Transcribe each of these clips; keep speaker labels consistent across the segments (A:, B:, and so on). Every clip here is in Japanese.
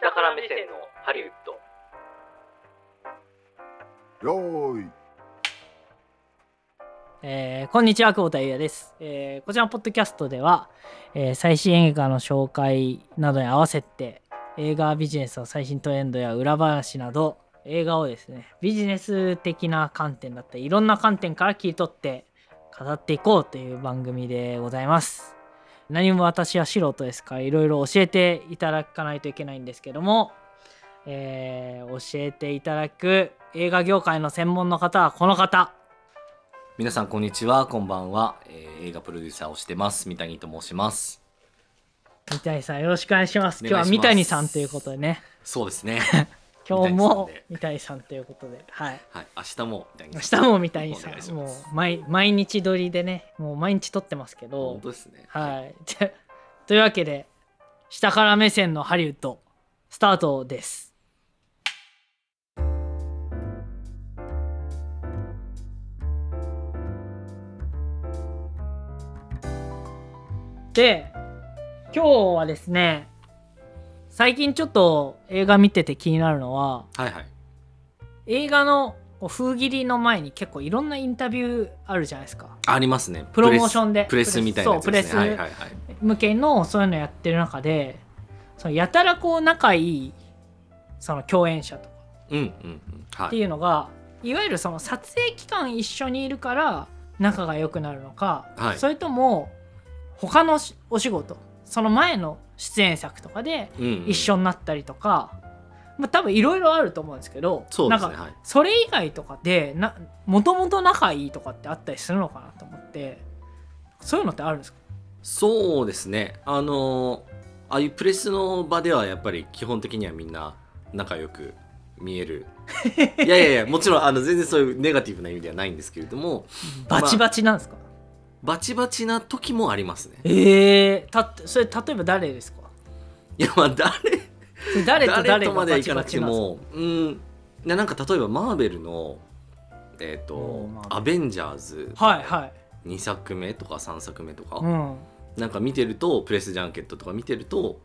A: 下から目線のハリウッド
B: よーい
C: えーこんにちは久保田裕也です、えーこちらのポッドキャストでは、えー最新映画の紹介などに合わせて映画ビジネスの最新トレンドや裏話など映画をですねビジネス的な観点だったりいろんな観点から切り取って語っていこうという番組でございます何も私は素人ですからいろいろ教えていただかないといけないんですけども、えー教えていただく映画業界の専門の方はこの方
D: 皆さんこんにちはこんばんは、えー映画プロデューサーをしてます三谷と申します
C: 三谷さんよろしくお願いします。今日はい
D: お願します
C: 三谷さんということでね。
D: そうです ね
C: 今日も
D: 三谷さ
C: 三谷さ
D: んで
C: んということで。はい。
D: はい明日も三谷
C: 明
D: さ
C: 日
D: ん
C: も三谷
D: お願い
C: さ
D: し
C: ん。も
D: ま
C: う
D: す
C: 毎毎日撮りでね、もう毎日撮ってますけど
D: 本。当ですね
C: はい。 じゃというわけで、下から目線のハリウッド、スタートです。で、今日はですね、最近ちょっと映画見てて気になるのは、
D: はいはい
C: 映画のこう封切りの前に結構いろんなインタビューあるじゃないですか。
D: ありますね
C: プロモーションで
D: プレスプレスみたいなやつですね
C: そうプレス
D: はいはいはい
C: 向けのそういうのやってる中でそのやたらこう仲いいその共演者とか
D: うんうんうんは
C: って
D: い
C: いうのが、い、わゆるその撮影期間一緒にいるから仲が良くなるのか、
D: はい
C: それとも他のしお仕事その前の出演作とかで
D: うんうん
C: 一緒になったりとか、まあ、多分いろいろあると思うんですけど
D: そうです
C: な
D: ね
C: んか
D: はい
C: それ以外とかでもともと仲いいとかってあったりするのかなと思ってそういうのってあるんですか
D: そうですねあのーああいうプレスの場ではやっぱり基本的にはみんな仲良く見え るいやいやいやもちろんあの全然そういうネガティブな意味ではないんですけれども
C: バチバチなんですか、
D: バチバチな時もありますね
C: ええたってそれ例えば誰ですか
D: いやまあ誰
C: それ誰と誰
D: と
C: が
D: までは
C: バ
D: い
C: チ
D: か
C: バ
D: なく
C: チ
D: て
C: なんですか
D: もうんななんか例えばマーベルの「えー、と
C: おーマーベル
D: アベンジャーズ」
C: はいはい、
D: 2作目とか3作目とか、
C: うん、
D: なんか見てるとプレスジャンケットとか見てると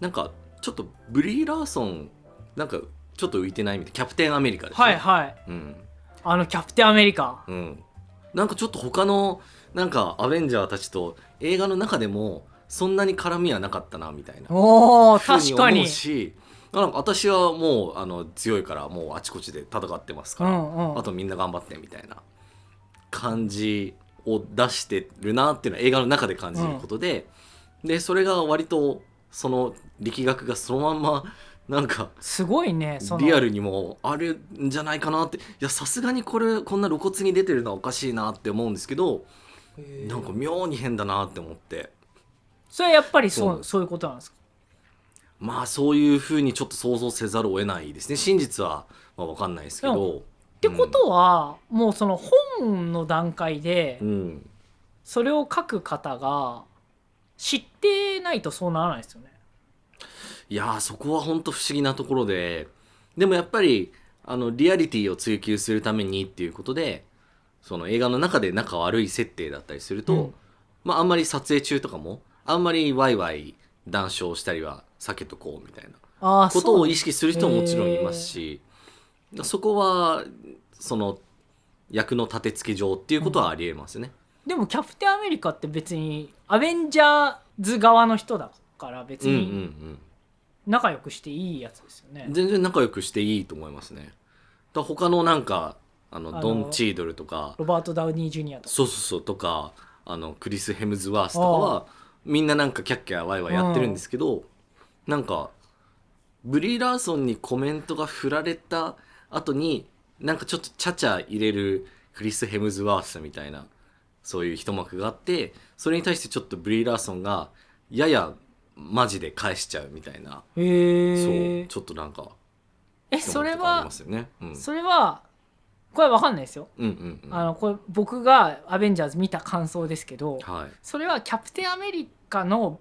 D: なんかちょっとブリー・ラーソンなんかちょっと浮いてないみたいなキャプテンアメリカですね
C: はいはい
D: うん
C: あのキャプテンアメリカ
D: うん、なんかちょっと他のなんかアベンジャーたちと映画の中でもそんなに絡みはなかったなみたいな
C: おお
D: ふうに
C: 確か
D: 思
C: に
D: うしなんか私はもうあの強いからもうあちこちで戦ってます
C: う
D: から、
C: んうん
D: あとみんな頑張ってみたいな感じを出してるなっていうのは映画の中で感じることで、でそれが割とその力学がそのまんまなんか
C: すごいねその
D: リアルにもあるんじゃないかなっていやさすがにこれこんな露骨に出てるのはおかしいなって思うんですけどなんか妙に変だなって思って。
C: それはやっぱりそう
D: そ
C: そう
D: う
C: いうことなんですか
D: まあそういうふうにちょっと想像せざるを得ないですね真実はまあ分かんないですけど。
C: ってことは、もうその本の段階で
D: うん、うん
C: それを書く方が知ってないとそうならないですよね
D: いやーそこは本当不思議なところででもやっぱりあのリアリティを追求するためにっていうことでその映画の中で仲悪い設定だったりすると、
C: うん
D: まああんまり撮影中とかもあんまりワイワイ談笑したりは避けとこうみたいな
C: ああ
D: こと
C: そ
D: を
C: う
D: 意識する人ももちろんいますし、そこはその役の立て付け上っていうことはありえますね。
C: でもキャプテンアメリカって別にアベンジャーズ側の人だから別
D: うんうん
C: に
D: うん
C: 仲良くしていいやつですよね。
D: 全然仲良くしていいと思いますね。だ他のなんかあの
C: あの
D: ドン・チードルとか
C: ロバート・ダウニー・ジュニアとか。
D: そうそうそうとかあのクリス・ヘムズワースとかはみんななんかキャッキャワイワイやってるんですけどなんかブリー・ラーソンにコメントが振られた後になんかちょっとチャチャ入れるクリス・ヘムズワースみたいなそういう一幕があってそれに対してちょっとブリー・ラーソンがややマジで返しちゃうみたいな、
C: へ
D: そう
C: ー
D: ちょっとなんか
C: えそれ
D: 一幕とかあり
C: は
D: ますよねうん
C: それはこれわかんないですよ。
D: うんうんうん
C: あのこれ僕が「アベンジャーズ」見た感想ですけど
D: はい
C: それはキャプテンアメリカの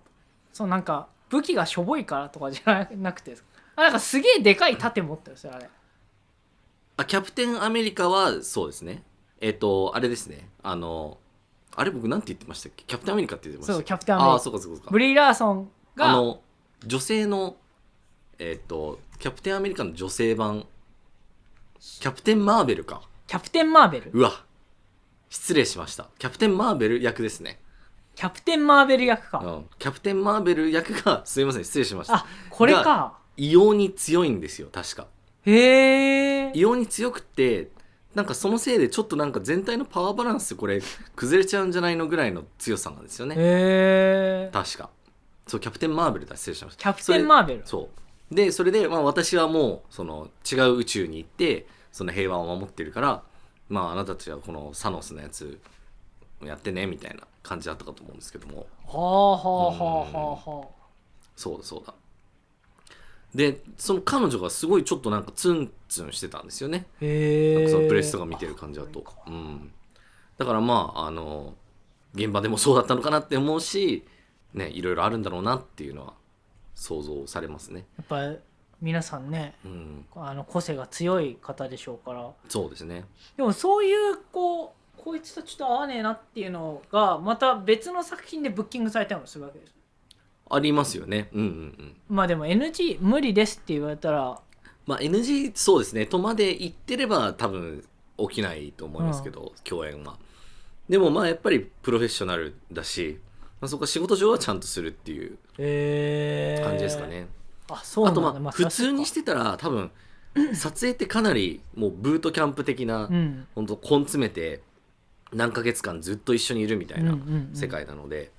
C: そのなんか武器がしょぼいからとかじゃなくてですかあなんかすげえでかい盾持ってるんですよあれ。
D: あキャプテンアメリカはそうですねえっ、とあれですねあのあれ僕なんて言ってましたっけキャプテンアメリカって言ってました
C: そ
D: っ
C: う
D: け
C: キャプテンアメ
D: ああ
C: リ
D: ーそうかそうかそう
C: ブ
D: か
C: リー・ラーソン
D: あ
C: が
D: の女性のえっ、と、キャプテンアメリカの女性版、キャプテンマーベルか。
C: キャプテン・マーベル
D: うわ、失礼しました。キャプテンマーベル役ですね。
C: キャプテン・マーベル役
D: う
C: か。
D: ん、キャプテンマーベル役が、すいません、失礼しました。
C: あ、これか。
D: 異様に強いんですよ、確か。
C: へえ。
D: 異様に強くって、なんかそのせいでちょっとなんか全体のパワーバランスこれ崩れちゃうんじゃないのぐらいの強さなんですよね。
C: へえ。
D: 確かそうキャプテンマーベルだ失礼しました
C: キャプテン・マーベル。
D: それそうでそれで、まあ、私はもうその違う宇宙に行ってその平和を守ってるからまああなたたちはこのサノスのやつやってねみたいな感じだったかと思うんですけども
C: はあはあはあはあは
D: そうだそうだでその彼女がすごいちょっとなんかツンツンしてたんですよね
C: あ。へ
D: なん
C: え。
D: かそのプレスとか見てる感じだと
C: あ。
D: うん、だからまあ、あの、現場でもそうだったのかなって思うし、ね、いろいろあるんだろうなっていうのは想像されますね。
C: やっぱ皆さんね、
D: うん、
C: あの個性が強い方でしょうから。
D: そうですね。
C: でもそういうこう、こいつとちょっと合わねえなっていうのが、また別の作品でブッキングされたりもするわけです。
D: ありますよね。うんうんうん。
C: まあでも NG 無理ですって言われたら、
D: まあ NG、そうですね。とまで言ってれば多分起きないと思いますけど、共演は。でもまあやっぱりプロフェッショナルだし、まあ、そこは仕事上はちゃんとするっていう
C: へえ。
D: 感じですか。ね。
C: あ、そうな
D: あ
C: んだ。
D: とまあ普通にし、てたら多分撮影ってかなりもうブートキャンプ的な
C: うん、
D: 本当根詰めて何ヶ月間ずっと一緒にいるみたい
C: うん
D: な
C: うんうん
D: 世界なので、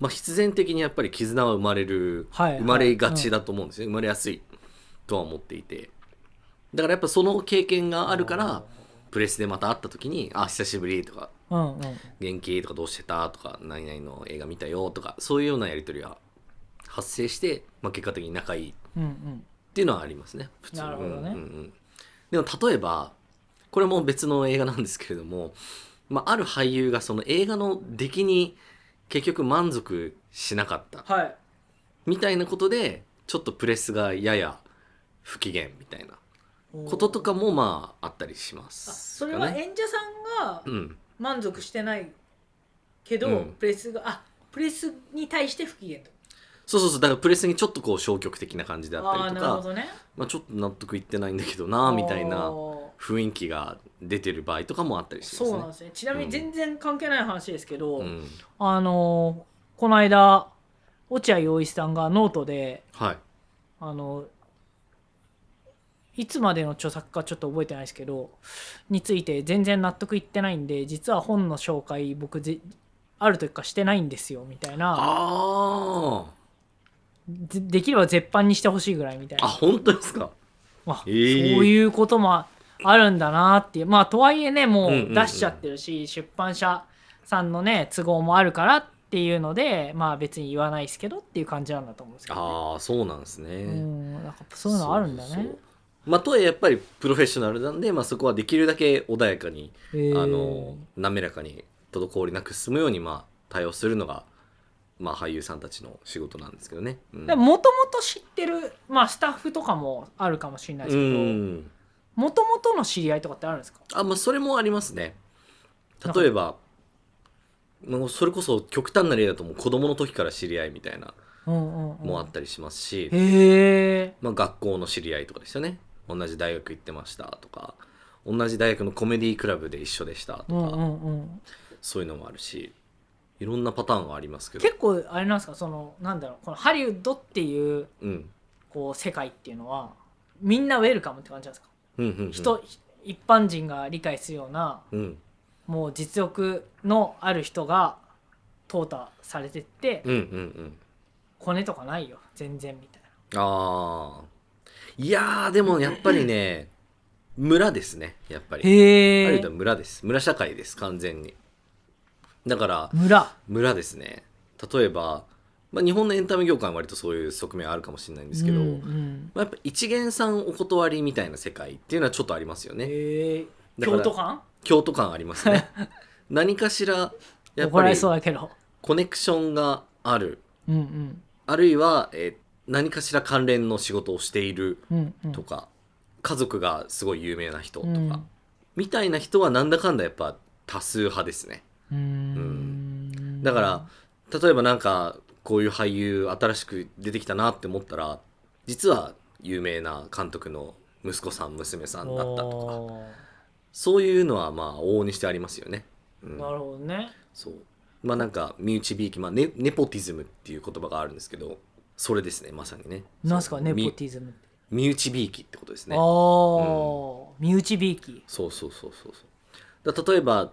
D: まあ、必然的にやっぱり絆は生まれる、
C: はいはい
D: 生まれがちだと思うんですよ、生まれやすいとは思っていてだからやっぱその経験があるからプレスでまた会った時に「あ久しぶり」とか
C: うんうん。
D: 「元気?」とか「どうしてた?」とか「何々の映画見たよ」とかそういうようなやり取りが発生して、まあ、結果的に仲いい
C: うんうん。
D: っていうのはありますね普通
C: なるほどね
D: うんうんうんでも例えばこれも別の映画なんですけれども、まあ、ある俳優がその映画の出来に結局満足しなかった
C: はい。
D: みたいなことでちょっとプレスがやや不機嫌みたいなこととかもまああったりします
C: あ
D: かね、
C: それは演者さんが
D: うん
C: 満足してないけど、
D: うん
C: プレスがあプレスに対して不機嫌と
D: そうそうそうだからプレスにちょっとこう消極的な感じであ
C: あ
D: った
C: あー
D: り
C: な
D: と
C: る
D: か
C: ほ、どね
D: まあ、ちょっと納得いってないんだけどなみたいな
C: おー
D: 雰囲気が出てる場合とかもあったりしますね
C: そうなんですねちなみ
D: う
C: に
D: ん
C: 全然関係ない話ですけど、
D: うん
C: あのーこの間落合陽一さんがノートで
D: はい
C: あのいつまでの著作かちょっと覚えてないですけどについて全然納得いってないんで実は本の紹介僕ぜある時からしてないんですよみたいな
D: ああ
C: でできれば絶版にしてほしいぐらいみたい
D: あ
C: な
D: 本当ですか
C: あ
D: えー
C: そういうこともあるんだなっていうまあとはいえねも
D: んうんう
C: うん出しちゃってるし、出版社さんのね都合もあるからっていうのでまあ別に言わないですけどっていう感じなんだと思うんですけど、
D: ああそうなんですね、
C: ね、うんなんかそういうのあるんだ
D: そうそ
C: ね
D: うまあとはいえやっぱりプロフェッショナルなんで、まあ、そこはできるだけ穏やかに、
C: へー
D: あの滑らかに滞りなく進むようにまあ対応するのが、まあ、俳優さんたちの仕事なんですけどね、うん、
C: でももともと知ってる、まあ、スタッフとかもあるかもしれないで
D: う
C: すけど
D: ん
C: もともとの知り合いとかってあるんですか
D: あまあそれもありますね例えばもうそれこそ極端な例だともう子供の時から知り合いみたいな
C: うんうん、うん、
D: もあったりしますし、
C: へえ
D: まあ、学校の知り合いとかですよね同じ大学行ってましたとか同じ大学のコメディクラブで一緒でしたとか、
C: うんうんうん
D: そういうのもあるしいろんなパターンがありますけど、
C: 結構あれなんですかそのなんだろうこのハリウッドっていう
D: うん
C: こう世界っていうのはみんなウェルカムって感じなんですか、
D: うんうんうん、
C: 人一般人が理解するような
D: うん
C: もう実力のある人が淘汰されてって、
D: うんうんうん
C: コネとかないよ全然みたいな
D: あーいやーでもやっぱりね村ですねやっぱりあ
C: へ
D: ると村です村社会です完全にだから
C: 村
D: 村ですね例えば、まあ、日本のエンタメ業界は割とそういう側面あるかもしれないんですけ
C: う
D: ど、
C: んうん
D: まあやっぱ一元さんお断りみたいな世界っていうのはちょっとありますよね
C: へえ
D: だから
C: 京都感
D: 京都感あります ね何かしらやっ
C: 怒
D: ぱ
C: られ
D: り
C: そうだけど
D: コネクションがある
C: うん
D: あるいは、えー何かしら関連の仕事をしている
C: うんうんうん
D: とか、家族がすごい有名な人とか、
C: うん
D: みたいな人はなんだかんだやっぱ多数派ですね
C: うーん
D: だから例えばなんかこういう俳優新しく出てきたなって思ったら実は有名な監督の息子さん娘さんだったとか
C: おー
D: そういうのはまあ往々にしてありますよね。うん
C: なるほどね。
D: そうまあなんか身内びいき、まあネネポティズムっていう言葉があるんですけどそれですねまさにね。
C: なんすか、
D: そう
C: ネ
D: み
C: ポティズムって。
D: 身内びいきってことですね
C: あ。あ、身内びいき。
D: そうそうそうそうそうだ例えば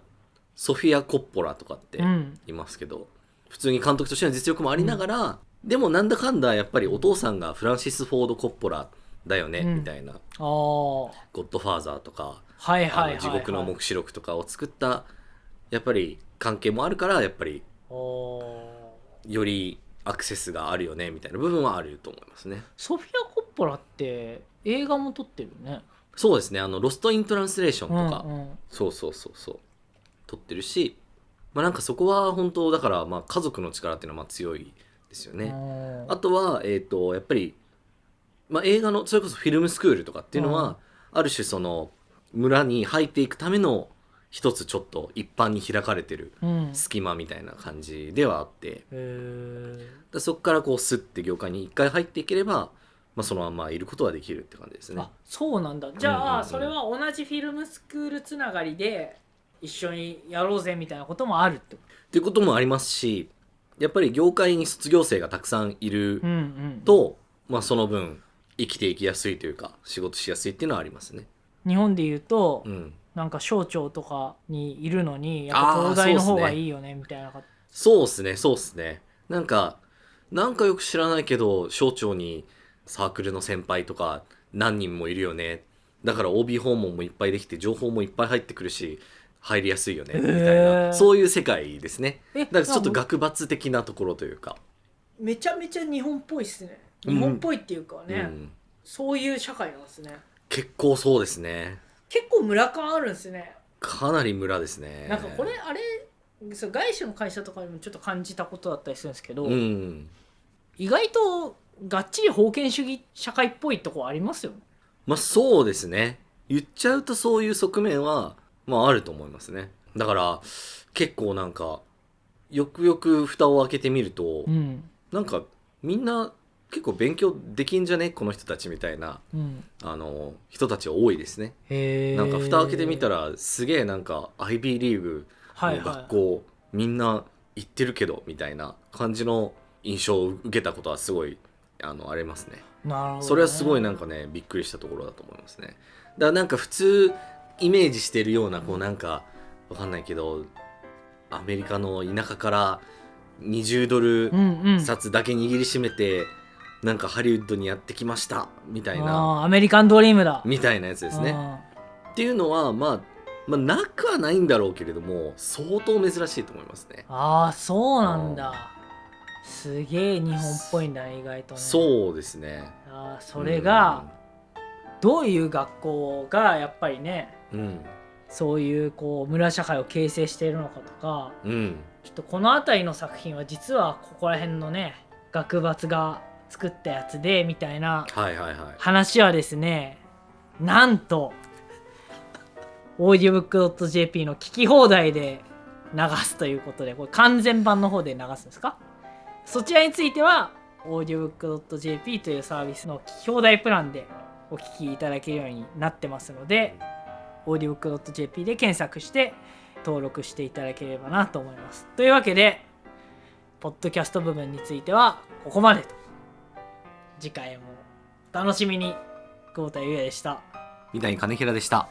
D: ソフィア・コッポラとかって
C: うん
D: いますけど、普通に監督としての実力もありながら、でもなんだかんだやっぱりお父さんがフランシス・フォード・コッポラだよね、
C: うん
D: みたいな
C: ああ、は
D: 「ゴッドファーザー」とか
C: いはい
D: あ
C: はい、は
D: の
C: い。
D: 地獄の黙示録」とかを作ったやっぱり関係もあるからやっぱり
C: あー
D: よりアクセスがあるよねみたいな部分はあると思いますね。
C: ソフィア・コッポラって映画も撮ってるよね。
D: そうですねあの「ロスト・イン・トランスレーション」とか、
C: うんうん
D: そうそうそうそう撮ってるしまあなんかそこは本当だからまあ家族の力っていうのはまあ強いですよね、
C: うん
D: あとはえっ、とやっぱり、まあ、映画のそれこそフィルムスクールとかっていうのは、ある種その村に入っていくための一つちょっと一般に開かれてる
C: うん、
D: 隙間みたいな感じではあって
C: えー、
D: だそこからこうスッて業界に一回入っていければ、まあ、そのままいることはできるって感じですね
C: あ。そうなんだじゃあ、
D: うんうんうん
C: それは同じフィルムスクールつながりで一緒にやろうぜみたいなこともあるってこ
D: っていうこともありますしやっぱり業界に卒業生がたくさんいる
C: と、うんうん、
D: と、まあ、その分生きていきやすいというか仕事しやすいっていうのはありますね。
C: 日本で言うと、
D: うん、
C: なんか省庁とかにいるのにやっ
D: あ
C: ぱ
D: ー
C: 東大の方
D: そうっ
C: が
D: すね
C: いいよねみたいなこと
D: そうっすねそうっすね。なんかなんかよく知らないけど省庁にサークルの先輩とか何人もいるよねだから OB 訪問もいっぱいできて情報もいっぱい入ってくるし入りやすいよね
C: へー
D: みたいなそういう世界ですね。
C: え
D: だからちょっ
C: な
D: と
C: んか
D: 学抜的なところというか。
C: めちゃめちゃ日本っぽいっすね
D: うん
C: 日本っぽいっていうかね、
D: うん
C: そういう社会なんですね
D: 結構そうですね。
C: 結構村感あるんですね
D: かなり村ですね。
C: なんかこれあれそう外資の会社とかにもちょっと感じたことだったりするんですけど、
D: うん。
C: 意外とがっちり封建主義社会っぽいとこありますよね。
D: まあそうですね。言っちゃうとそういう側面は、まああると思いますね。だから、結構なんか、よくよく蓋を開けてみると、
C: ん
D: なんかみんな結構勉強できんじゃねこの人たちみたいな、
C: うん、
D: あの、人たち多いですね。
C: へ
D: なんか蓋開けてみた
C: ら、
D: ら、すげえなんか IB リーグ
C: はい
D: の
C: はい、
D: 学校、みんな行ってるけど、みたいな感じの印象を受けたことはすごい、あの、ありますね。
C: なるほどね
D: それはすごいなんかねびっくりしたところだと思いますねだからなんか普通イメージしてるようなこうなんかわかんないけどアメリカの田舎から20ドル
C: うんうん、
D: 札だけ握りしめてなんかハリウッドにやってきましたみたいな
C: あーアメリカンドリームだ。
D: みたいなやつですね
C: あ
D: っていうのはまあまあなくはないんだろうけれども相当珍しいと思いますね
C: ーあーそうなんだ。すげえ日本っぽいんだね意外とね。う
D: そうですね
C: あーそれがどういう学校がやっぱりね
D: うんうん
C: そういうこう村社会を形成しているのかとか
D: うん
C: ちょっとこの辺りの作品は実はここら辺のね学閥が作ったやつでみたいな
D: はいはいはい
C: 話はですねなんとオーディオブックドット JP の聞き放題で流すということでこれ完全版の方で流すんですかそちらについてはオーディオブックドット JP というサービスの聞き放題プランでお聞きいただけるようになってますのでオーディオブックドット JP で検索して登録していただければなと思いますというわけでポッドキャスト部分についてはここまでと次回もお楽しみに久保田裕也でした
D: 三谷金平でした